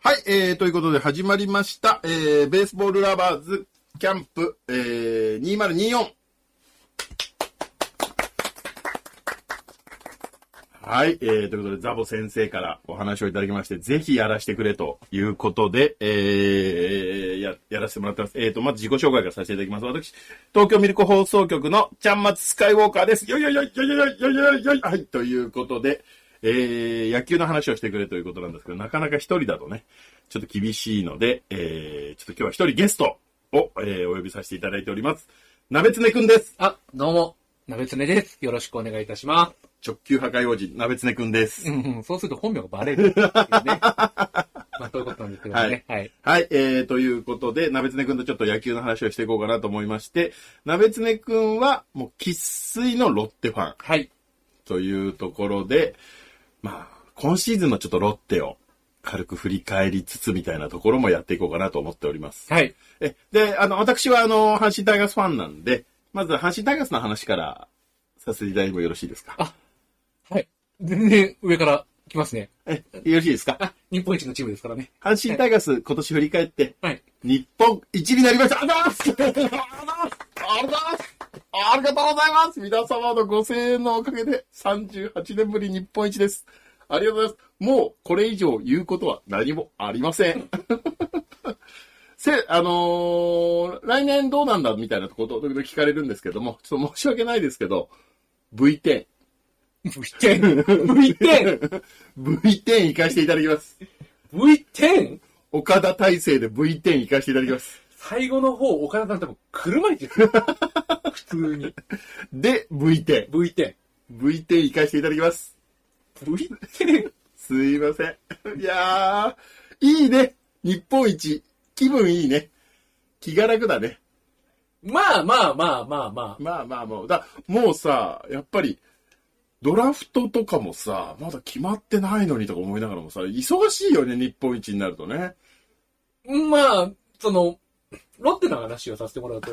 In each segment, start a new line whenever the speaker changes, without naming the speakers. はい、えー、ということで始まりました、えー、ベースボールラバーズキャンプ、えー、2024。はい、えー、ということで、ザボ先生からお話をいただきまして、ぜひやらせてくれということで、えー、や、やらせてもらってます。えーと、まず自己紹介からさせていただきます。私、東京ミルク放送局のちゃんまつスカイウォーカーです。よいよいよいよいよいよいよいよいはい、ということで、えー、野球の話をしてくれということなんですけど、なかなか一人だとね、ちょっと厳しいので、えー、ちょっと今日は一人ゲストを、えー、お呼びさせていただいております。なべつねくんです。
あ、どうも、なべつねです。よろしくお願いいたしま
直球破壊王子、なべつねくんです
す。。うんうん、そうすると本名がバレるっていうね。 まあ、そういうことなんですけどね。はい。
はい、えー、ということで、なべつねくんとちょっと野球の話をしていこうかなと思いまして、なべつねくんは、もう、喫水のロッテファン
はい。
というところで、まあ、今シーズンのちょっとロッテを軽く振り返りつつみたいなところもやっていこうかなと思っております。
はい。
え、で、あの、私はあの、阪神タイガースファンなんで、まず阪神タイガースの話からさせていただいてもよろしいですか
あはい。全然上から来ますね。
え、よろしいですか
あ、日本一のチームですからね。
阪神タイガース今年振り返って、
はい。
日本一になりましたありがとうございますありがとうございますありがとうございます皆様のご声援のおかげで38年ぶり日本一です。ありがとうございます。もうこれ以上言うことは何もありません。 せ、あのー来年どうなんだみたいなことを時々聞かれるんですけども、ちょっと申し訳ないですけど、V10。
V10!V10!
V10 行かせていただきます。
V10!
岡田体制で V10 行かせていただきます。
最後の方、岡田さん多分車椅子 ですよ普通に。
で、V10。
V10。
V10 行かせていただきます。
V10!
すいません。 いやー、いいね。日本一。気分いいね。気が楽だね。
まあまあまあまあま
まあまあもう。だ、もうさ、やっぱり、ドラフトとかもさ、まだ決まってないのにとか思いながらもさ、忙しいよね、日本一になるとね。
あ。まあ、その、ロッテの話をさせても らうと、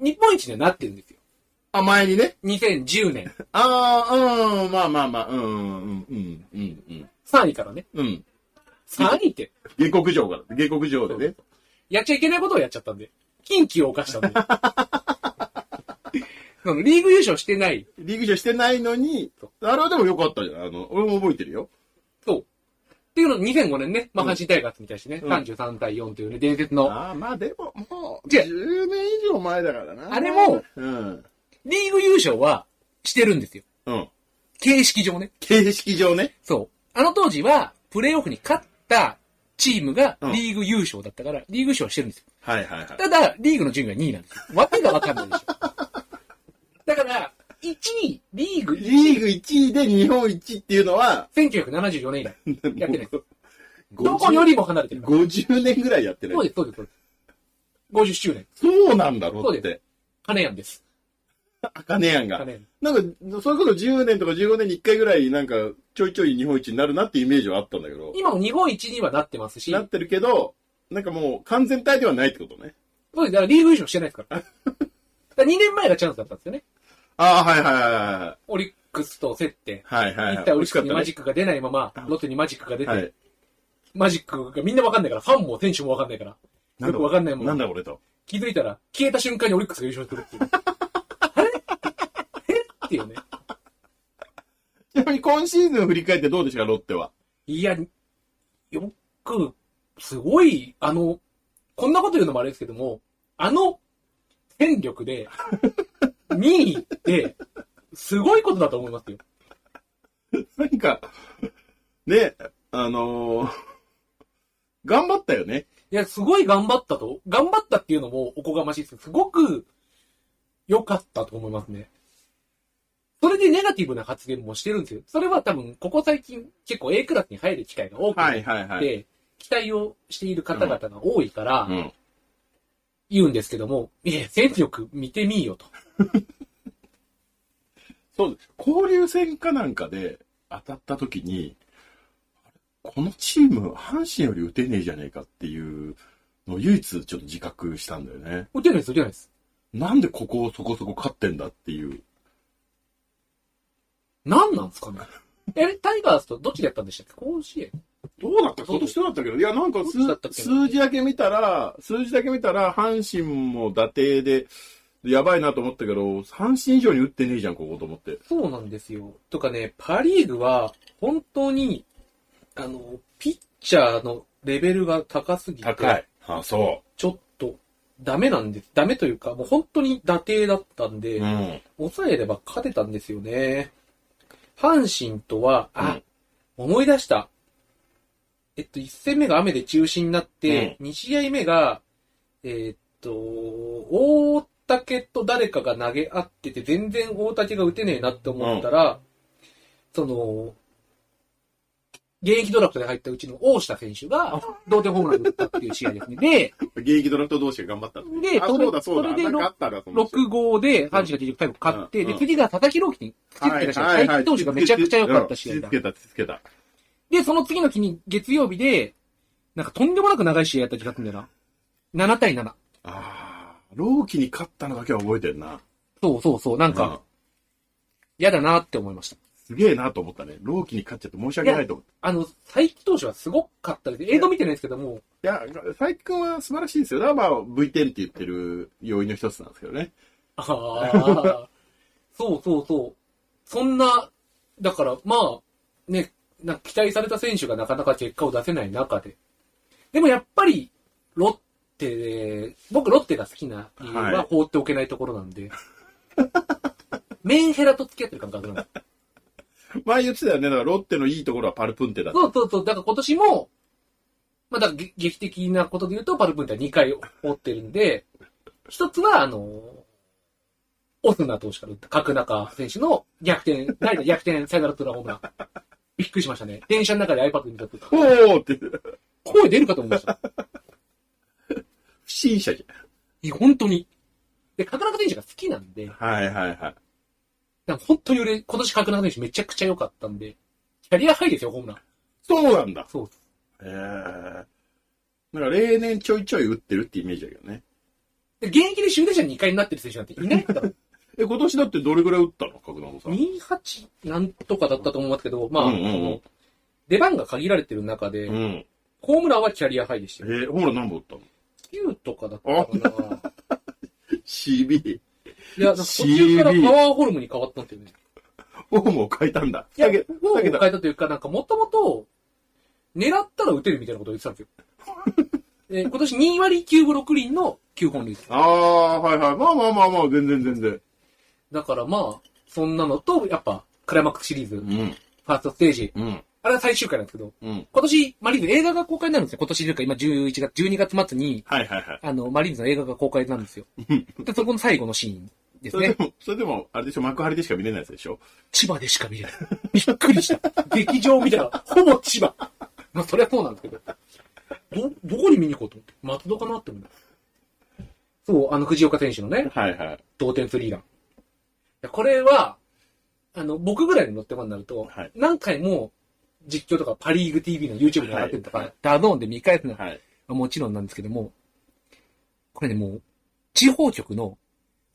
日本一にはなってるんですよ。
あ、前にね。
2010年、
あー、うん、まあまあまあ、うん、うん、うん、うん、うん。
3位からね。
うん。
3位って、
下克上から、下克上でね。
やっちゃいけないことをやっちゃったんで。禁忌を犯したんで。 そのリーグ優勝してない。
リーグ上してないのに、あれはでも良かったじゃん。あの、俺も覚えてるよ。
そう。っていうの2005年ね、まあ、
うん
阪神大学に対してね、
うん
33対4というね、伝説の、
ああ、まあでも、もう、
じゃあ
10年以上前だからな。
あれも、
うん。
リーグ優勝はしてるんですよ。
うん。
形式上ね。
形式上ね。
そう。あの当時は、プレイオフに勝ったチームが
うん
リーグ優勝だったから、リーグ優勝はしてるんですよ。
はいはいはい。
ただ、リーグの順位は2位なんですよ。わけがわかんないでしょ。だから、1位、リーグ1位、
リーグ1位で日本一っていうのは、
1974年以来、やってないです。
50
どこよりも離れてる。
50年ぐらいやってな
そう
い。
です、そうです、そうです。50周年。
そうなんだろうっ
そう
て。
金谷です。
あかねやんが
金。谷。
なんか、それこそ10年とか15年に1回ぐらい、なんか、ちょいちょい日本一になるなってイメージはあったんだけど、
今も日本一にはなってますし、
なってるけど、なんかもう完全体ではないってことね。
そうです、だからリーグ優勝してないで すから。だから2年前がチャンスだったんですよね。
ああ、はいはいはい
オリックスと接点。
はい。はいはい
一
はい。
体オ
美
リ
味
ッ
しか
ク
っ
スに
た
マ
ね
ジックが出ないまま、ロッテにマジックが出て、
はい。
マジックがみんなわかんないから、ファンも選手もわかんないから、よくわかんないもん。
なんだ俺と。
気づいたら、消えた瞬間にオリックスが優勝するっていう。 あれえっていうね。
ちなみに今シーズン振り返ってどうでしたか、ロッテは。
いや、よく、すごい、あの、こんなこと言うのもあれですけども、あの、戦 力で、2位って、すごいことだと思いますよ。
なんか、ね、あのー 頑張ったよね。
いや、すごい頑張ったと。頑張ったっていうのもおこがましいですけど、すごく良かったと思いますね。それでネガティブな発言もしてるんですよ。それは多分、ここ最近結構 A クラスに入る機会が多くなっ
はいはいはい。
て、期待をしている方々が多いから、
うん。
言うんですけども、いや、戦力見てみいよと。
そうです。交流戦かなんかで当たった時に、あれこのチーム、阪神より打てねえじゃねえかっていうのを唯一ちょっと自覚したんだよね。
打てないです、打てないです。
なんでここをそこそこ勝ってんだっていう。
何なんですかね。え、タイガースとどっちでやったんでしたっけ甲子園。
どうだった今年どうだったっけど、いや、なんか数
どっちだったっけな
数字だけ見たら、数字だけ見たら、阪神も打定で、やばいなと思ったけど、阪神以上に打ってねえじゃん、ここと思って。
そうなんですよ。とかね、パリーグは、本当に、あの、ピッチャーのレベルが高すぎて、
高い。あ、そ
ちょっと、ダメなんです。ダメというか、もう本当に打定だったんで、
う。うん。
抑えれば勝てたんですよね。阪神とは、
う
あ
ん、
思い出した。えっと、1戦目が雨で中止になって、2試合目が、えーっと、大竹と誰かが投げ合ってて、全然大竹が打てねえなって思ったら、その、現役ドラフトで入ったうちの大下選手が、同点ホームラン打ったっていう試合ですね。で、
現役ドラフト同士が頑張ったって
で
あ、そうだ、そう
そ
だ。
れで
なんかあったら、その。
6-5で、阪神が結局最後勝って、
うん
で、
うん
次が佐々木朗希に、つけてらっしゃる。
は
最
い
近投手がめちゃくちゃ良かった試合
うん
だ
つ。けた、つけた。
で、その次の日に、月曜日で、なんかとんでもなく長い試合やった気がするんだよな。7対7。
ああ、ローキに勝ったのだけは覚えてるな。
そうそうそう。なん
うん
か、嫌だなって思いました。
すげえなと思ったね。ローキに勝っちゃって申し訳ないと思っ
あの、佐伯投手はすごかったです。映像見てないですけども、
た。いや、佐伯くんは素晴らしいですよ。だからまあ、V10 って言ってる要因の一つなんですけどね。
ああ、そうそうそう。そんな、だから、まあ、ね、なんか期待された選手がなかなか結果を出せない中で。でもやっぱり、ロッテで、僕ロッテが好きな理由
は
はい放っておけないところなんで。メンヘラと付き合ってる感覚なんです。
前言ってたよね。だからロッテのいいところはパルプンテだって。
そうそうそう。だから今年も、まあ、だから劇劇的なことで言うと、パルプンテは2回追ってるんで、一つは、あの、オスナ投手から打った角中選手の逆転、誰だ逆転サヨナラツーランホームラン。びっくりしましたね。電車の中で iPad 見たとき、
おーって、不
声出るかと思いました。
審者じ
いや、本当に。で、角中選手が好きなんで、
ゃん。はいはいはい。
なんか本当に俺、今年角中選手めちゃくちゃ良かったんで、キャリアハイですよ、ホームラン。
そうなんだ。
そう。
えー。なんか例年ちょいちょい打ってるってイメージだけどね。
で、現役で終電者2回になってる選手なんていないから。
え、今年だってどれぐらい打ったの角田さん。
28なんとかだったと思いますけど、まあ、
うんうんうん
その、出番が限られてる中で、
うん。
ホームランはキャリアハイでし
え
たよ。
ー、ほら何本打ったの
9とかだったかな。
?CB。
いや、なんか途中からパ
CB
ワーホルムに変わったんですよね。
フォームを変えたんだ。
いや、
だけ
フォームを
だ
変えたというか、なんかもともと、狙ったら打てるみたいなことを言ってたんですよ。え今年2割9分6厘の9本です。
ああ、はいはい。まあまあまあまあ、全然全然。
だからまあ、そんなのと、やっぱ、クライマックスシリーズ、フ
ん。
ァーストステージ、
うん。
あれは最終回なんですけど、
うん。
今年、マリーンズ映画が公開になるんですよ。今年というか、今11月、12月末に、
はいはいはい。
あの、マリーンズの映画が公開なんですよ。で、そこの最後のシーンです
それ
ね。
でも、それでも、あれでしょ、幕張でしか見れないやつでしょ。
千葉でしか見れない。びっくりした。劇場見たら、ほぼ千葉。まあ、それはそうなんですけど。ど、どこに見に行こうと思って。松戸かなって思う。そう、あの、藤岡選手のね、
はいはい。
同点スリーラン。いや、これは、あの、僕ぐらいの乗って場になると、
はい
何回も、実況とかパリーグ TV の YouTube に上がってるとか、ダゾーンで見返すの
はい。
もちろんなんですけども、これね、もう、地方局の、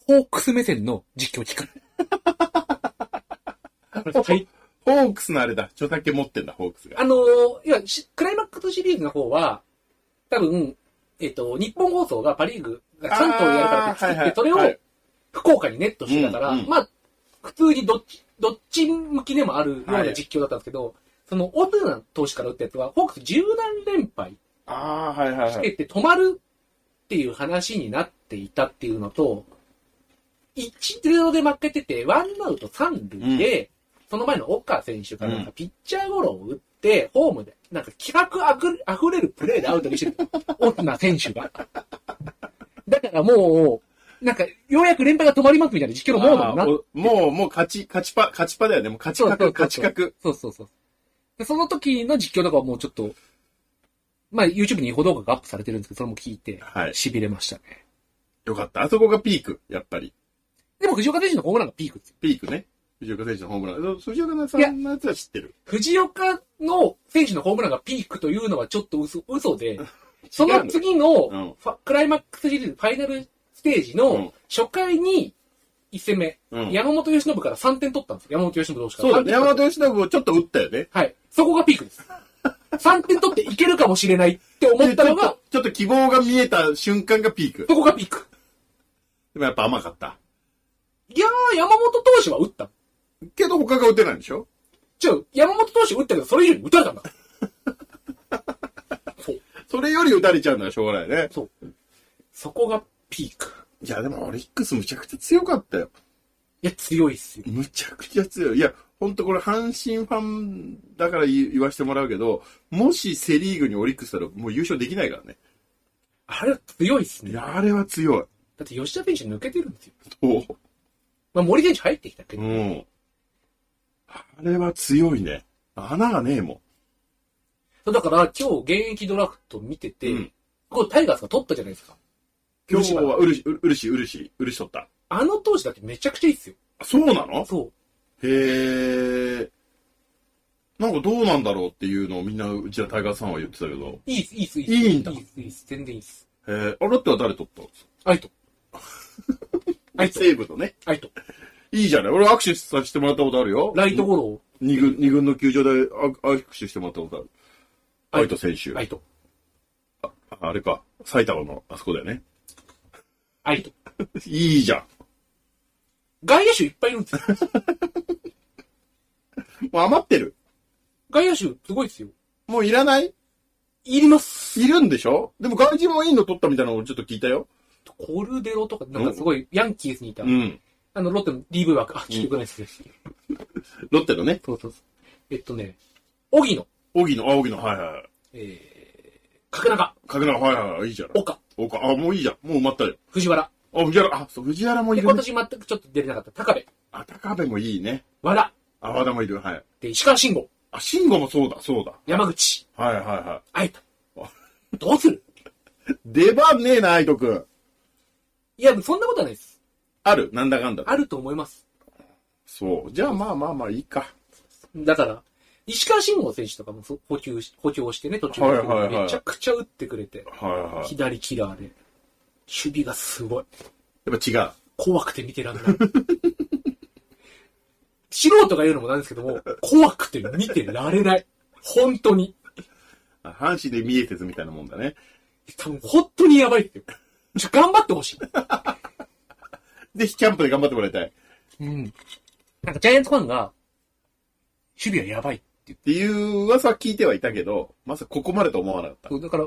ホークス目線の実況を聞く。これ最
ホークスのあれだ。著作権持ってんだ、ホークスが。
あのーいや、しクライマックスシリーズの方は、多分、えっ、と、日本放送がパリーグが関東でやるからって作って、
あーはいはい
それ
は
を
い
福岡にネットしてたから、
うんうん
まあ、普通にどっち、どっち向きでもあるよう
は
ない実況だったんですけど、その、オトナ投手から打ったやつは、ホークス十何連敗
ああ、はいはい
し
は
て
い。
て止まるっていう話になっていたっていうのと、1-0で負けてて、ワンアウト三塁で、その前の岡選手がなんかピッチャーゴロを打って、ホームで、なんか気迫あふあふれるプレーでアウトにして る。オスナ選手が。だからもう、なんか、ようやく連敗が止まりますみたいな実況のモードにな
あ
っ
ーおもう、もう勝ち、勝ちパ、勝ちパだよね。もう勝ち
そうそう
角、
そう
勝ち角。
そうそうそう。で、その時の実況とかはもうちょっと、まあ YouTube に違法動画がアップされてるんですけど、それも聞いて、
はい。
痺れましたね。
よかった。あそこがピーク、やっぱり。
でも藤岡選手のホームランがピークですよ。
ピークね。藤岡選手のホームラン。そ藤岡さんのやつは知ってる。
藤岡の選手のホームランがピークというのはちょっと嘘嘘で、その次の
うん
ファクライマックスシリーズファイナルステージ
う
の
ん
初回に1戦目、
うん。
山本由伸から3点取ったんですよ。山本由伸同士か
そ
ら。
うだね。
3点
山
取った
本由伸をちょっと打ったよね。
はい。そこがピークです。 3点取っていけるかもしれないって思っ
でち
た
ょ
の
っ
が
と、、ちょっと希望が見えた瞬間がピーク。
そこがピーク。
でもやっぱ甘かった。
いやー、山本投手は打った。
けど他が打てないんでしょ
ちょ、山本投手打ったけど、それ以上に打たれたんだ。 そう。
それより打たれちゃうのはしょうがないね。
そう。そこがピーク。
いや、でもオリックスむちゃくちゃ強かったよ。
いや、強いっすよ。
むちゃくちゃ強い。いや、ほんとこれ阪神ファンだから言言わせてもらうけど、もしセリーグにオリックスだったらもう優勝できないからね。
あれは強いっす
い
ね。だ
や、あれは強い。
って吉田選手抜けてるんですよ。
お
まあ、森選手入ってきたけど。
うん。あれは強いね。穴がねえも
だから、今日現役ドラフト見てて、
うん
こうタイガースが取ったじゃないですか。
ん。今
漆
日
原
はうるし、うるし、うるし、うるしとった。
あの投手だってめちゃくちゃいいっすよ。
そうなの
そう。
へえ。なんかどうなんだろうっていうのをみんな、うちらタイガーさんは言ってたけど。
いいっす、いいっす、い
いいんだ
いっす、いいっす、全然いいっす。
へえ、あれっては誰取った
あい と。あいと、
西武とね。
あいと。
いいじゃない。俺握手させてもらったことあるよ。
ライトゴロを、
二軍、二軍の球場であ握手してもらったことある。
はい
愛斗選手。
あいと。
ああれか。埼玉の、あそこだよね。
あいと。
いいじゃ
外野手いっぱいいるんですよ。
ん。もう余ってる。
外野手すごいっすよ。
もういらない
いります。
いるんでしょでも外人もいいの取ったみたいなのをちょっと聞いたよ。
コルデロとか、なんかすごい、ヤンキースにいた。
うん。
あの、ロッテの DV 枠。あ、ちょっとよくないですね。
ロッテのね。
そうそうそう。えっとね、オギの、
荻野、あ、荻野、はいはい。
えー、角中、
角中、はいはいはい、いいじゃない。
岡、
おか、あ、もういいじゃん。もう埋まったよ。
藤原。
あ、藤原、あ、そう、藤原もい
で、
る
今
ね。
年全くちょっと出れなかった。高部、
あ、高部もいいね。
和田、
あ、和田もいる、はい。
で、石川慎吾、
あ、慎吾もそうだ、そうだ。
山口、
はいはいは
愛斗。どうす
い。
る
出番ねえな、愛斗くん。
いや、そんなことはないです。
ある、なんだかんだ。
あると思います。
そう。じゃあまあまあまあいいか。
だから、石川慎吾選手とかもそう補給し、補強してね、途中
はいはいはい
めちゃくちゃ打ってくれて、
はいはい。
左キラーで。守備がすごい。
やっぱ違う。
怖くて見てらんない。 素人が言うのもなんですけども、怖くて見てられない。本当に。
あ阪神で見えてずみたいなもんだね。
多分本当にやばいって。ちょ、頑張ってほしい。
ぜひキャンプで頑張ってもらいたい。っ
うん。なんかジャイアンツファンが、守備はやばいって言
ていう噂は聞いてはいたけど、まさかここまでと思わなかった。
う。だから、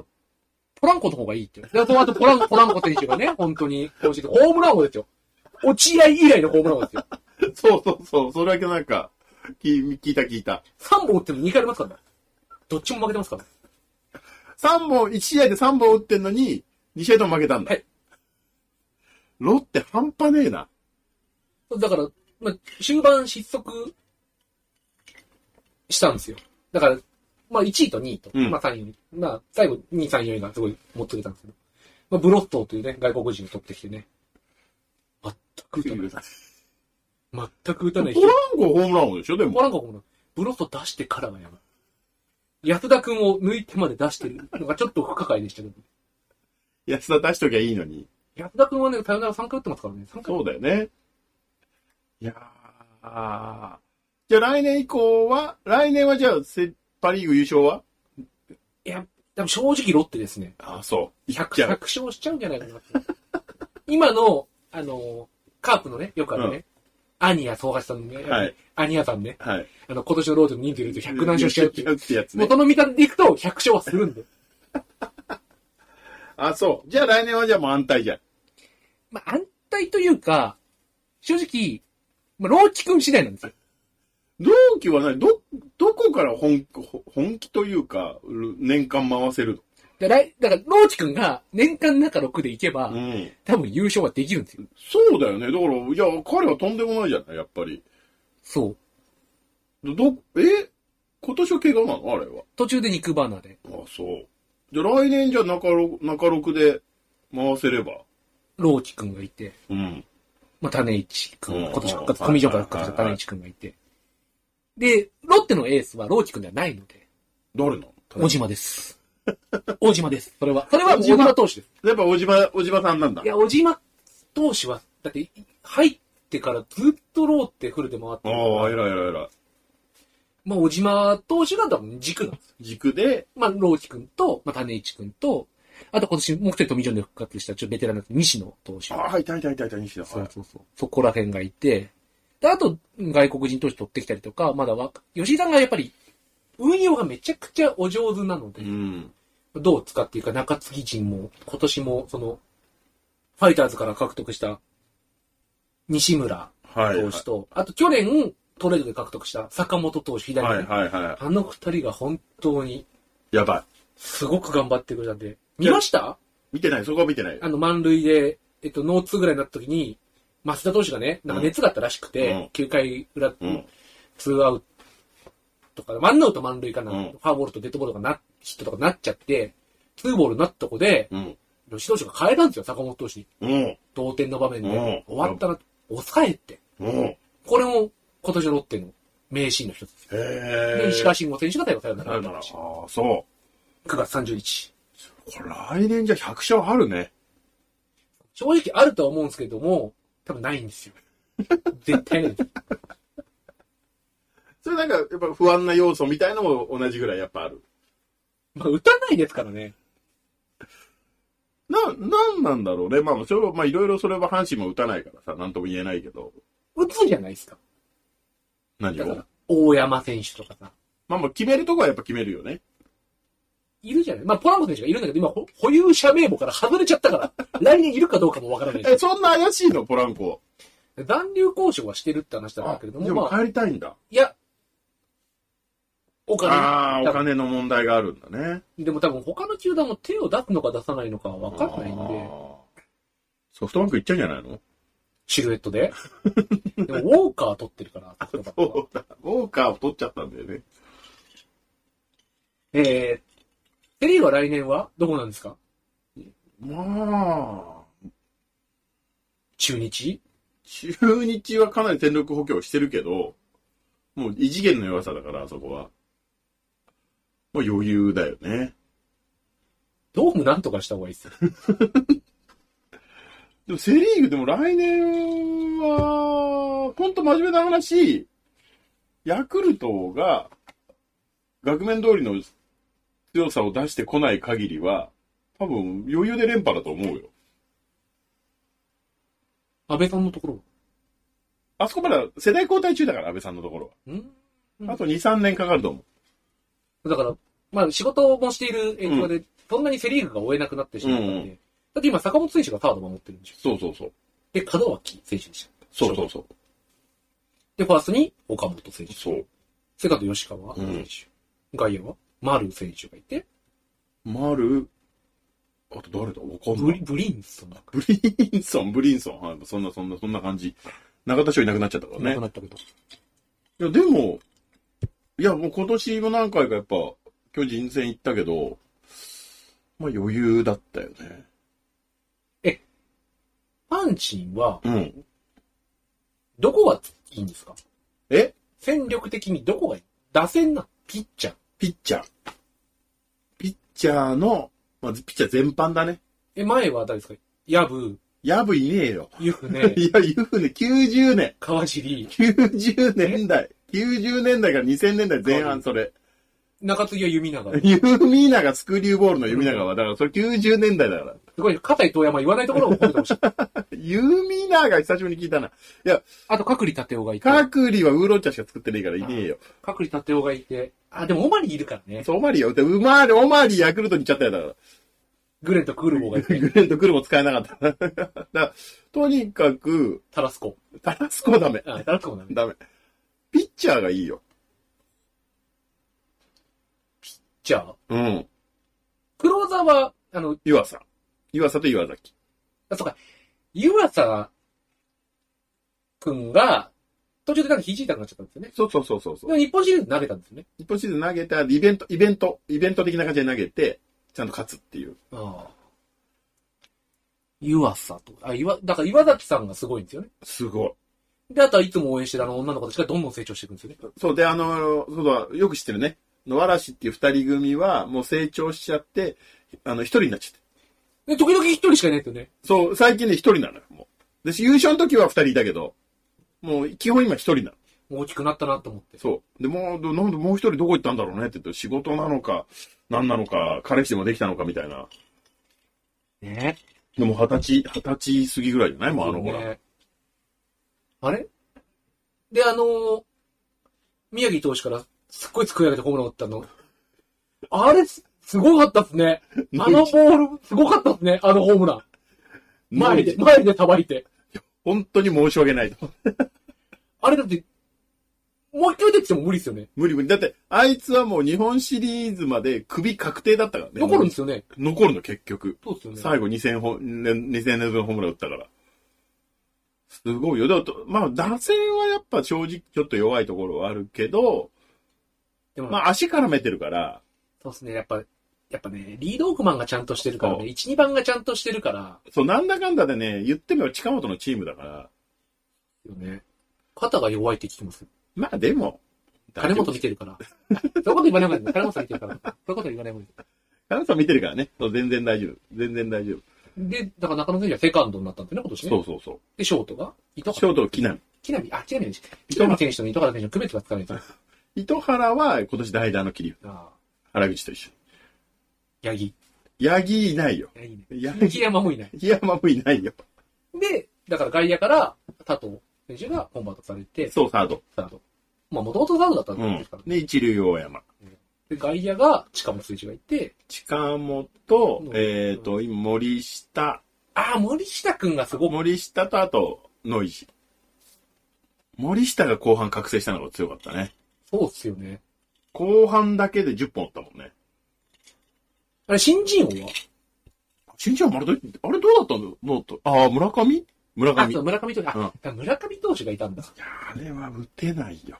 ポランコの方がいいって言う。で、その後ポランコ、ポランコ選手がね、本当に、ホームラン王ですよ。落合以来のホームラン王ですよ。
そうそうそう、それだけなんか、聞聞いた聞いた。
3本打っても2回ありますからね。どっちも負けてますからね。
3本、1試合で3本打ってんのに、2試合とも負けたんだ。
はい
ロッテ半端ねえな。
だから、まあ、終盤失速したんですよ。だから、まあ1位と2位と、
うん
まあ3位、まあ最後2位、3位、4位がすごい持ってきたんですけど、まあブロットーというね、外国人を取ってきてね、全く打たない。全く打たない
ポ
人
ラ。ンコホームラン王でしょでも。
ポランコもブロットー出してからがやばい。安田君を抜いてまで出してるのがちょっと不可解でしたけど、
安田出しときゃいいのに。
安田君はね、さよなら3回打ってますからね、3回
そうだよね。いやー。じゃあ来年以降は、来年はじゃあセ、パリーグ優勝はい
や、でも正直ロッテですね。
あ、そう。
100,
じゃあ
100勝しちゃうんじゃないかなって。 今の、あの、カープのね、よくあるね、アニア総橋さんのね、
はい
アニアさんね、
はい。
あの、今年のロードの人数いると100何勝しちゃうっていう。
ってやつね。
元の見方でいくと100勝はする んで。
あ、そう。じゃあ来年はじゃあもう安泰じゃん。
まあ、安泰というか、正直、まあ、ローチ君次第なんですよ。
同期は何ど、どこから本、ほ本気というか、う年間回せる
だから、来だからローチ君が年間中6でいけば、
のん。
多分優勝はできるんですよ。
そうだよね。だから、いや、彼はとんでもないじゃない、やっぱり。
そう。
ど、どえ今年は怪我なのあれは。
途中で肉バーナーで、
あ、そう。じゃあ来年じゃあ中六、中六で回せれば。
ローチ君がいて、
うん。
まあ、種市君、
うん
今年復活、
うん
コミジョンから復活した種市君がいて。で、ロッテのエースはローチ君ではないので、
誰の
小島です。 小島です。それは、それは小島投手です。
やっぱ小島、小島さんなんだ
い。や、小島投手は、だって、入ってからずっとローテフルで回って
あ
る
あ、偉い偉い偉い。
まあ、小島投手が多分軸なんです。
軸で、
まあ、ローキ君と、まあ、種市君と、あと今年、もう一人富ジョンで復活した、ちょっとベテランの西野投手。
ああ、いたいたいたいた、西田。
そ
は
うそうそう。そこら辺がいて、で、あと、外国人投手取ってきたりとか、まだ若、吉井さんがやっぱり、運用がめちゃくちゃお上手なので
い。う、ん。
どう使っていくか、中継ぎ陣も、今年も、その、ファイターズから獲得した、西村
はい。
投手と、あと去年、トレードで獲得した坂本投手、左、
は
手
いはいは
あの二人が本当に、
い。やばい。
すごく頑張ってくれたんで。見ました
見てない、そこは見てない。
あの、満塁で、えっと、ノーツーぐらいになった時に、増田投手がね、なんか熱があったらしくて、
うん
9回裏、
うん
ツーアウトとか、ワンアウト満塁かな、
うん
ファーボールとデッドボールとかな、ヒットとかなっちゃって、ツーボールになったとこで、
うん。
吉井投手が変えたんですよ、坂本投手に。
うん。
同点の場面で。
うん
終わったな、抑えって。
うん。へ
これも、今年のロッテの名シーンの一つです。で、
え。
石川慎吾選手が最後サヨナ
な
ラ
る
打
な
っ
ら。あ
た
あ
し。
ー、そ
9月30日。
う。これ来年じゃ100勝あるね。
正直あるとは思うんですけども、多分ないんですよ。絶対ないんです。
それなんか、やっぱ不安な要素みたいのも同じぐらいやっぱある。
まあ、打たないですからね。
な、なんなんだろうね。まあ、それは、まあ、いろいろそれは阪神も打たないからさ、なんとも言えないけど。
打つじゃないですか。
何
だか
を
ら、大山選手とかさ、
まあまあ、決めるとこはやっぱ決めるよね。
いるじゃない。まあ、ポランコ選手がいるんだけど、今、ほ保有者名簿から外れちゃったから、 来年いるかどうかもわからない
え、
し。
そんな怪しいのポランコ。
残留交渉はしてるって話だったんだけれども、
でも
まあ、
帰りたいんだ。
いや、お金、
ああ、
多分
お金の問題があるんだね。
でも多分他の球団も手を出すのか出さないのかはわかんないん
あ
で、
ーソフトバンク行っちゃうんじゃないの
シルエットで。でも、ウォーカー取ってる から、ソフトバンクは
うだ。ウォーカーを取っちゃったんだよね。
えー、セリーは来年はどこなんですか
まあ、
中日
中日はかなり戦力補強してるけど、もう異次元の弱さだから、あそこは。もう余裕だよね。
ドームなんとかした方がいいですよ。
でもセリーグでも来年は、ほんと真面目な話、ヤクルトが、額面通りの強さを出してこない限りは、多分余裕で連覇だと思うよ。
安倍さんのところ
あそこまだ世代交代中だから、安倍さんのところ
はんうん
は。あと2、3年かかると思う。
だから、まあ仕事もしている影響で、そんなにセリーグが追えなくなってしまったんで、
うんうん
だって今坂本選手がサード守ってるんでしょ。
そうそうそう。
で、門脇選手でした。
そうそうそう。
で、ファーストに岡本選手。
そう。
セカンド吉川選手。外野は丸選手がいて、
丸、あと誰だわかん
ブ
な
リ
い。
ブリンソンが
ブリンソン、ブリンソン。はい、そんな、そんな、そんな感じ。中田翔いなくなっちゃったからね
亡く。なったけど、
いや、でも、いや、もう今年も何回かやっぱ、巨人戦行ったけど、まあ余裕だったよね。
阪神は、
うん。
どこがいいんですか
え
戦力的にどこがいい打線な、ピッチャー。
ピッチャー。ピッチャーの、まず、ピッチャー全般だね。
え、前は誰ですかヤブ、
やぶいねえよ。
ユ フネ、
いや、いうふうに90年。
川尻、
90年代。90年代から2000年代前半、それ。
中継ぎは弓長。
ユーミーナがスクリューボールのユミナがは、だからそれ90年代だから。
すごい、片井遠山言わないところを褒めてほしい。
ユーミーナが久しぶりに聞いたな。
あと、角利立夫がいて。
カクリはウーロン茶しか作ってねえからいねえよ。
角利立夫がいて。あ、でも、オマリーいるからね。
そう、オマリーよ。でうまーり、オマリーヤクルトに行っちゃったよ、だか
グレンとクールボーがい
ら。
て。
グレンとクルも使えなかった。だからとにかく、
タラスコ。
タラスコはダメ。
あ、タラスコもダメ。
ダメ。ピッチャーがいいよ。
じゃあ、
うん。
クローザーは、あの、
岩佐。岩佐と岩崎。
あ、そうか、湯浅くんが、途中でなんか肘痛くなっちゃったんですよね。
そうそうそうそうそ
で
う。
も日本シリーズ投げたんですよね。
一本シーズン投げた、イベント、イベント、イベント的な感じで投げて、ちゃんと勝つっていう。
ああ。湯浅と。あ、岩、だから岩崎さんがすごいんですよね。
すごい。
で、あとはいつも応援してるあの女の子たちがどんどん成長していくんですよね。
そうで、あの、そうだ、よく知ってるね。野嵐っていう二人組は、もう成長しちゃって、あの、一人になっちゃって。
で、時々一人しかいないんですよね。
そう、最近ね、一人なのよ、もう。で、優勝の時は二人いたけど、もう、基本今一人なの。
大きくなったなと思って。
そう。で、もう、どなんでもう一人どこ行ったんだろうねって言って、仕事なのか、何なのか、彼氏でもできたのかみたいな。
ね
でも二十歳、二十歳過ぎぐらいじゃないもうあの子ら。
ねあれで、あのー宮城投手からすっごい作り上げてホームラン打ったの。あれす、すごかったっすね。あのボール、すごかったっすね。あのホームラン。前で、前でさばいて。
本当に申し訳ないと。
あれだって、もう一回出てきても無理ですよね。
無理無理。だって、あいつはもう日本シリーズまで首確定だったからね。
残るんですよね。
残るの、結局。
そうですよね。
最後2000本、ね、2000連続のホームラン打ったから。すごいよ。だと、まあ、打線はやっぱ正直ちょっと弱いところはあるけど、
でも、
まあ足絡めてるから、
そうですね。やっぱ、やっぱね、リードオークマンがちゃんとしてるから
そ
ね、
う
1、2番がちゃんとしてるから、
そう、なんだかんだでね、言ってみれば近本のチームだから、
よね、肩が弱いって聞きます。
まあでも、
金本見てるから。そういうこと言わないもんね。金本さん見てるから。そういうこと言わないもんね。
金本さん見てるからね。そう、全然大丈夫。全然大丈夫。
で、だから中野選手はセカンドになったんですよね、今年ね。
そうそうそう。
で、ショートが糸
ショ
原。
ート、木南。
木浪、あ、木浪選手。木浪選手と糸原選手の区別がつかないと。あ
糸原は今年代打の桐生。
あ。
原口と一緒。
ヤギ。
八木いないよ。
ヤギね。
八木、
木山もいない。
山もいないよ。
で、だから外野から佐藤選手がコンバートされて、
そう、サード。
サード。まあ、もともとサードだったん
う
で
ん
すから。。ね。
で、一流大山。
で、外野が近本選手がいて、
近本
う、ん
えっ、と、今、森下。
ああ、森下くんがすごく、
森下と、あと、ノイジー。森下が後半覚醒したのが強かったね。
そうっすよね。
後半だけで10本打ったもんね。
あれ、新人王は
新ちゃんまるで、あれどうだったんだろうどうだったああ、村上村
あ、
上。い
そう、
や
村上投手、あ、村上投手がいたんだ。
あれは打てないよ。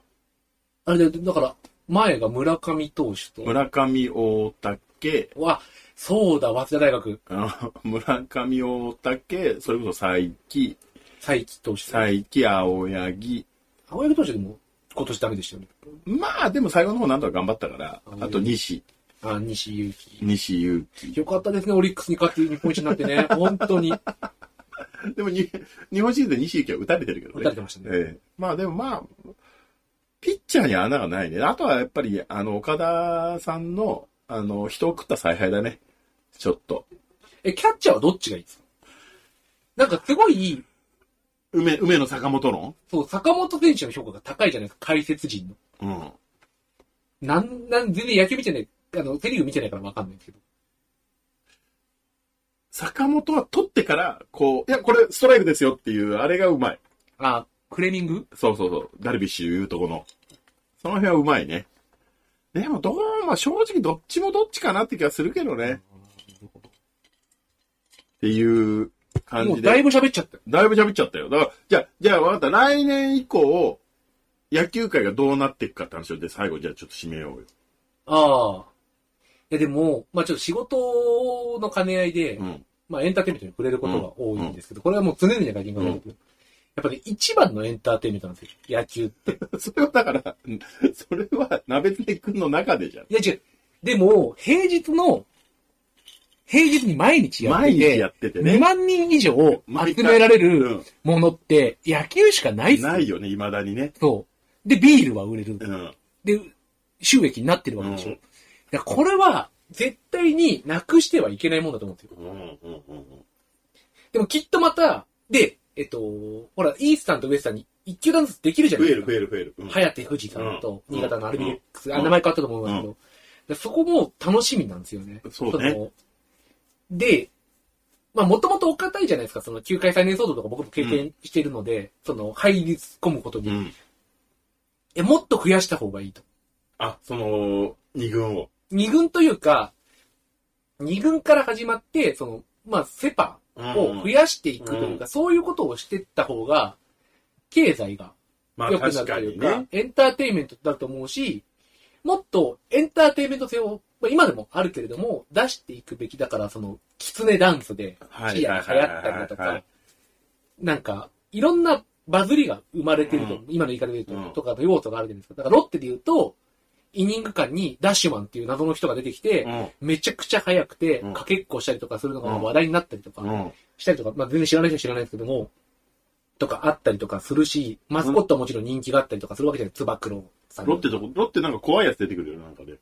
あれで、だから、前が村上投手と、
村上大竹、
は、そうだ、早稲田大学、
あの 村上大竹、それこそ佐伯、
佐伯投
佐
手。
伯、青柳。
青柳投手でも、今年ダメでしたよね。
まあ、でも最後の方なんとか頑張ったから、あと西、
あ、西祐希。
西祐希。
よかったですね、オリックスに勝って日本一になっ てね。本当に。
でもに、日本シリーズで西行きは打たれてるけどね。
打たれてましたね
ええまあでもまあ、ピッチャーには穴がないね。あとはやっぱり、あの、岡田さんの、あの、人を食った采配だね。ちょっと。
え、キャッチャーはどっちがいいですかなんかすごい、
梅、梅の坂本論
そう、坂本選手の評価が高いじゃないですか、解説陣の。
うん。
なん、なん、全然野球見てない、あの、セリーグ見てないからわかんないんですけど。
坂本は取ってから、こう、いや、これストライクですよっていう、あれがうまい。
あ、クレミング
そうそうそう。ダルビッシュいうとこの。その辺はうまいね。でも、どうも、正直どっちもどっちかなって気がするけどね。っていう感
も
じ
う
で。
だいぶ喋っちゃったよ。
だいぶ喋っちゃったよ。だから、じゃあ、じゃあ分かった。来年以降、野球界がどうなっていくかって話をで、最後じゃあちょっと締めようよ。
ああ。いや、でも、まあちょっと仕事の兼ね合いで、
うん。
まあエンターテインメントに触れることが多いんですけど、これはもう常々会見が多いんですけど、やっぱり、ね、一番のエンターテインメントなんですよ、野球って。
それはだから、 それは、鍋爪くんの中でじゃん。
いや違う。でも、平日の、平日に毎日やって
毎
て、
日やってて
2
ね。
万人以上集
毎回
められ
う
る
ん。
ものって野球しかないっすよ
ないよね、未だにね。
そう。で、ビールは売れる
う。ん。
で、収益になってるわけでしょ。
うん
いやこれは、絶対になくしてはいけないもんだと思うんですよ。
うん、うん、うん。
でもきっとまた、で、えっと、ほら、イースタンとウエスタンに一球ずつできるじゃな
増
い
え
です
る、
か
増。える、増える。うん
早手富士さんと、
うん
新潟のアルビレックス、
うん
あ、名前変わったと思うんですけど、でそこも楽しみなんですよね。
そうね
ので、まあ、もともとお堅いじゃないですか、その、球界再燃騒動とか僕も経験してるので、その、入り込むことに、
うん。
え、もっと増やした方がいいと。
あ、その、二軍を。
二軍というか、二軍から始まって、その、まあ、セパを増やしていくというか、そういうことをしていった方が、経済が
まあ
良くな
確
ると
か
い
に
うか、
ね。
エンターテインメントだと思うし、もっとエンターテインメント性を、まあ、今でもあるけれども、出していくべきだから、その、キツネダンスで、
は
チアが流行ったりだと
はいは
か
い、
なんか、いろんなバズりが生まれてると、
うん
今の言い方で言うと、
うん
とかの要素があるじゃないですか。だからロッテで言うと、イニング間にダッシュマンっていう謎の人が出てきて、
はい
めちゃくちゃ速くて
うん、
かけっこしたりとかするのが
うん
話題になったりとか、
うん。うん。
したりとか、まあ全然知らない人は知らないですけども、とかあったりとかするし、マスコットはもちろん人気があったりとかするわけじゃない。つば九郎さん。
ロッテとこ、ロッテなんか怖いやつ出てくるよ、なんかで。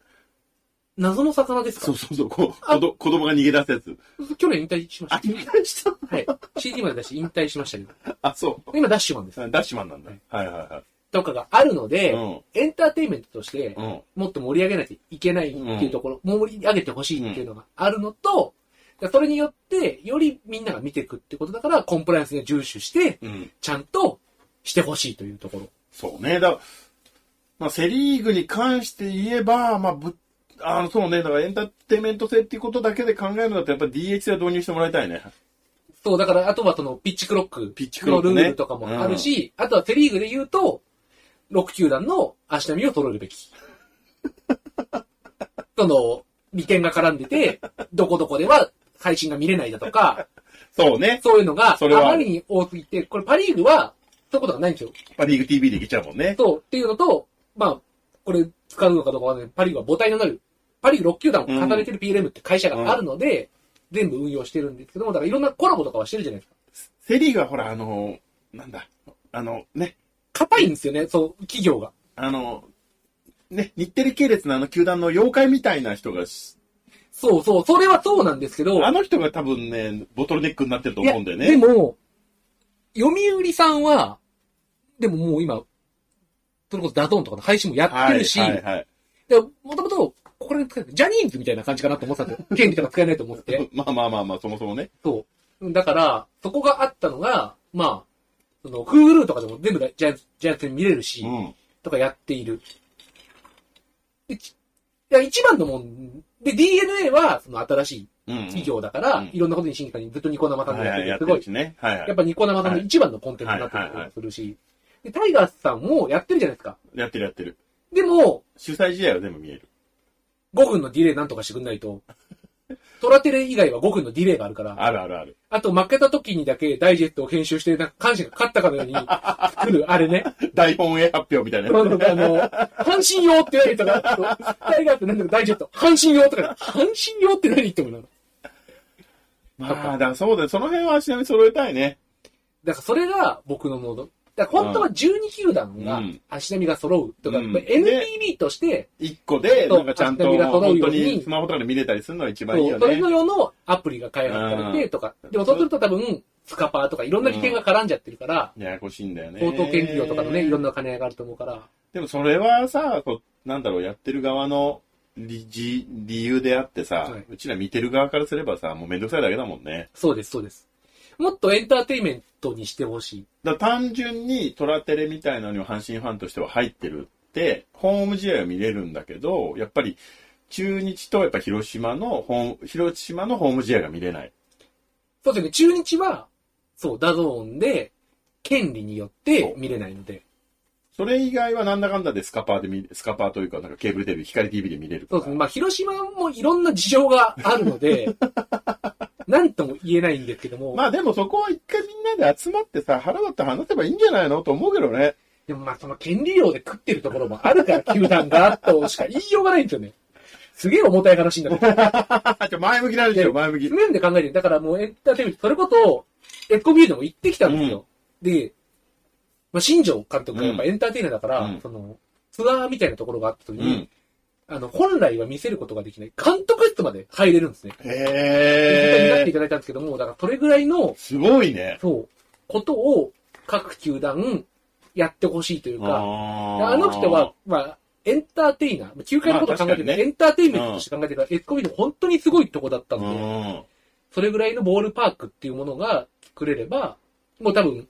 謎の魚ですか
そうそうそう、こう、
あ
子ど子供が逃げ出すやつ。
去年引退しました
あ、。逃げ出した
はい。CD まで出して引退しましたけど。
あ、そ
今ダッシュマンです。
う。ダッシュマンなんだ。はいは
とかがあるの
い
で、
は
エンターテインメントとして
い。う、ん。うん。
もっと盛り上げなきゃいけないっていうところ、盛り上げてほしいっていうのがあるのと、それによって、よりみんなが見ていくってことだから、コンプライアンスに重視して、
うん。
ちゃんとしてほしいというところ。
そうね。だまあ、セリーグに関して言えば、まあ、ぶっあの、そうね。だからエンターテインメント性っていうことだけで考えるんだと、やっぱ DH 制は導入してもらいたいね。
そう、だから、あとはその、ピッチクロック。
ピッチクロックね
のルールとかもあるし、あとはセリーグで言うと、6球団の足並みを揃えるべき。 その、利点が絡んでて、どこどこでは配信が見れないだとか、
そうね。
そういうのが、
それは
あまりに多すぎて、これパリーグは、そういうことがないんですよ。
まあ、リーグ TV でいけちゃうもんね。
そう、っていうのと、まあ、これ使うのかどうかはね、パリーグは母体になる。パリーグ6球団を固めてる PLM って会社があるので、全部運用してるんですけども、だからいろんなコラボとかはしてるじゃないですか。
セリーグはほら、あの、なんだ、あの、ね、
硬いんですよね、そう、企業が。
あの、ね、日テレ系列のあの球団の妖怪みたいな人がし、
そうそう、それはそうなんですけど、
あの人が多分ね、ボトルネックになってると
いや
思うんだよね。
でも、読売さんは、でももう今、それこそダゾーンとかの配信もやって
はい、
るし、
はい、はい。
でもともと、これ使えジャニーズみたいな感じかなと思ってたんですよ。権利とか使えないと思って。
まあまあまあまあ、そもそもね。
そう。だから、そこがあったのが、まあ、その、Hulu とかでも全部ジャイアンツジャイアンツに見れるし、
うん。
とかやっている。でちいや、一番のもん、で、DNA は、その新しい
うん、うん。
企業だから、
うん
いろんなことに進化にずっとニコ生さんが
はい
やっ
は
て
い、やっ
る。す
て
ご
る
い。
しね。はい、はい
やっ。ぱニコ生さんの一番のコンテンツになってる
はいはいはい
するし。で、タイガースさんもやってるじゃないですか。
やってるやってる。
でも、
主催試合は全部見える。
5分のディレイなんとかしてくんな いと。トラテレ以外は5分のディレイがあるから、
あるあるある。
あと負けた時にだけダイジェストを編集して、なんか、阪神が勝ったかのように作る、あれね。
大本営発表みたいな
あの、あ
や
の阪神用って言われたら、タイガーってなんだかダイジェスト、阪神用とか、阪神用って何って思うの
つ。まあ、だからそうだよ。その辺は足並み揃えたいね。
だからそれが僕のモード。だから本当は12球団が
うん
足並みが揃うとか、
うん
NPB として、
一個で、
そう
なんかちゃんと、
足並みが揃う
本
よ
当
うに
にスマホとかで見れたりするのが一番いい
そ
よ
うそれ
ね
ぞ。れのアプリが開発されてとか、
うん
でもそうすると多分、スカパーとかいろんな利点が絡んじゃってるから、
ややこしいんだよね。
高等研究とかのね、いろんな兼ね合いがあると思うから、
でもそれはさ、こうなんだろう、やってる側の理理理由であってさ、
はいう
ちら見てる側からすればさ、もうめんどくさいだけだもんね。
そうです、そうです。もっとエンターテインメントにしてほしい。
だから単純にトラテレみたいなのにも阪神ファンとしては入ってるって、ホーム試合は見れるんだけど、やっぱり中日とやっぱ広島のホーム、広島のホーム試合が見れない。
そうですね、中日は、そう、ダゾーンで、権利によって見れないので、
それ以外はなんだかんだでスカパーで見、スカパーというか、なんかケーブルテレビ、光 TV で見れるから。
そうですね、まあ、広島もいろんな事情がある ので、なんとも言えないんですけども、
まあでもそこは一回みんなで集まってさ、腹立って話せばいいんじゃないのと思うけどね。
でもまあ、その権利量で食ってるところもあるから、球団が、としか言いようがないんですよね。すげえ重たい話になってる。
あ、じゃあ前向きなんですよ、前向き。
そういう面で考えてる。だからもうエンターテインメント、それこそ、エコビューでも行ってきたんですよ。で、まあ、新庄監督がやっぱエンターテイナーだから、
うん
その、ツアーみたいなところがあった時
う
に、
ん。
あの、本来は見せることができない、監督室まで入れるんですね。えになって
へ
いただいたんですけども、だからそれぐらいの
ー。、すごいね。
そう、ことを各球団やってほしいというか、
あ
あの人は、、まあ、エンターテイナー、球界のことを考えてる、
まあ確かにね
エンターテインメントとして考えてるから、エスコビの本当にすごいとこだった
うん
で、
ん。
それぐらいのボールパークっていうものが作れれば、もう多分、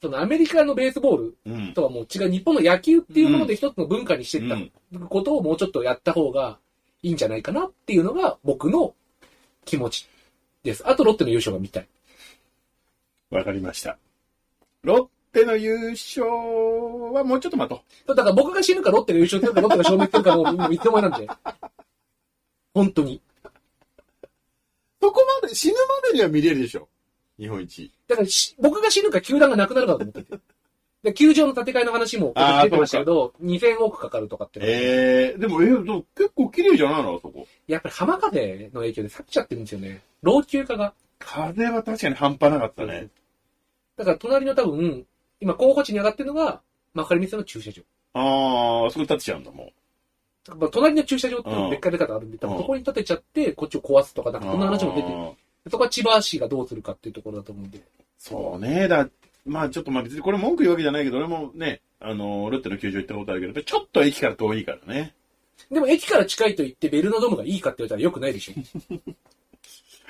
そのアメリカのベースボール
うん。
とはもう違う、日本の野球っていうもので一つの文化にしていった
うん
ことをもうちょっとやった方がいいんじゃないかなっていうのが僕の気持ちです。あとロッテの優勝が見たい。
わかりました。ロッテの優勝はもうちょっと待と
だから僕が死ぬかロッテが優勝するかロッテが消滅するかもうもういつもなんで。本当に。
う。そこまで、死ぬまでには見れるでしょ。日本一。
だからし僕が死ぬか球団がなくなるかと思ってて。で球場の建て替えの話も
あー
出てましたけど、2000億かかるとかってのは、
えー、でも、えー、でも結構綺麗じゃないのあそこ。
やっぱり浜風の影響で去っちゃってるんですよね。老朽化が。
風は確かに半端なかったね。
だから隣の多分、今候補地に上がってるのが、マカリミさんの駐車場。
ああ、そこに立っちゃうんだ、もう。
だからまあ隣の駐車場っていうの
う
も
ん
別回出方あるんで、多分
うん
そこに建てちゃって、こっちを壊すとか、なんかそんな話も出てる。
あー
そこは千葉市がどうするかっていうところだと思うんで。
そうね。だ、まあちょっとまあ別にこれ文句言うわけじゃないけど、俺もね、あの、ロッテの球場行ったことあるけど、やっぱちょっと駅から遠いからね。
でも駅から近いと言ってベルのドームがいいかって言われたら良くないでし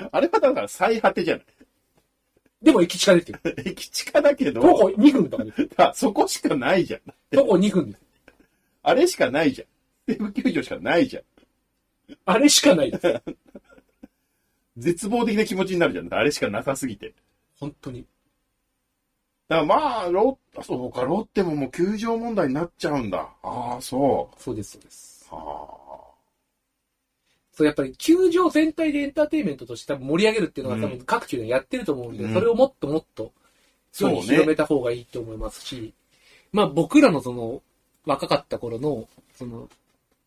ょ。
あれはだから最果てじゃない。
でも駅近ですよ。
駅近だけ
徒
ど、
歩2分とかですよ。
あそこしかないじゃん。
徒歩2分です。
あれしかないじゃん。西武球場しかないじゃん。
あれしかないです。
絶望的な気持ちになるじゃん。あれしかなさすぎて。
本当に。
だからまあ、ロッ、あそうか、ロッテももう球場問題になっちゃうんだ。ああ、そ
そうです、そうです。
う。は
そう、やっぱり球場全体でエンターテインメントとして多分盛り上げるっていうのが多
う
分各球でやってると思うんで、
うん
それをもっともっと世に広めた方がいいと思いますし、まあ僕らのその若かった頃の、その、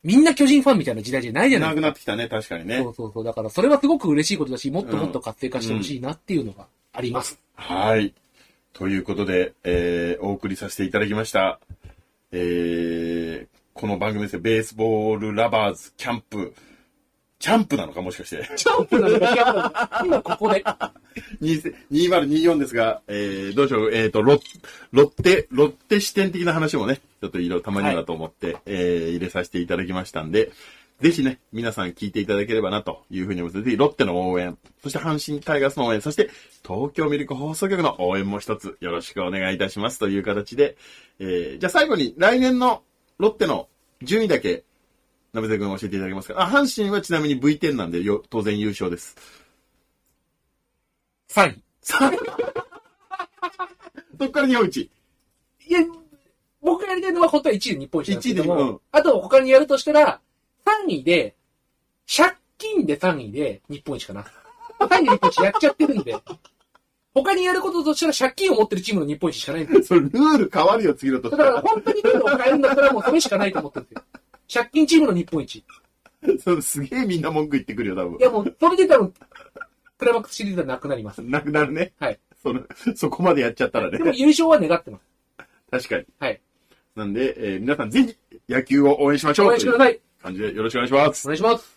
みんな巨人ファンみたいな時代じゃないじ
あ。
ゃない
な
で
く
す
なっ
か。
てきたね、確かにね。
そうそうそう。だからそれはすごく嬉しいことだし、もっともっと活性化してほしいなっていうのがあります。
はい。ということで、えー、お送りさせていただきました。えー、この番組ですよベースボールラバーズキャンプ。キャンプなのかもしかして。
ジャンプなのかキャンプなのか今ここで。
2024ですが、えー、どうしよう、えっ、と、ロッ、ロッテ、ロッテ視点的な話もね、ちょっといろいろたまにはと思って、えー、入れさせていただきましたんで、ぜひね、皆さん聞いていただければなというふうに思います。ぜひ、ロッテの応援、そして阪神タイガースの応援、そして東京ミルク放送局の応援も一つよろしくお願いいたしますという形で、えー、じゃあ最後に来年のロッテの順位だけ、なべぜくん教えていただけますかあ、阪神はちなみに V10 なんでよ、当然優勝です。
3位。
さあ、どっから日本一
いや、僕がやりたいのは本当は1位で日本一なんですけども、
一位でうん
あと他にやるとしたら、3位で、借金で3位で日本一かな。3位で日本一やっちゃってるんで、他にやることとしたら借金を持ってるチームの日本一しかないんですよ。
それルール変わるよ、次の 年
だ
か
から
ら。
本当にルールを変えるんだったらもうそれしかないと思ってるんですよ。借金チームの日本一。い
そうすげえみんな文句言ってくるよ、多
やもう、それで多分、クライマックスシリーズはなくなります。
分。なくなるね。
はい。
その、そこまでやっちゃったら
でも
ね。
優勝は願ってます。
確かに。
はい。
なんで、えー皆さんぜひ野球を応援しましょう。
応援してください。
という感じでよろしくお願いします
お。願いします。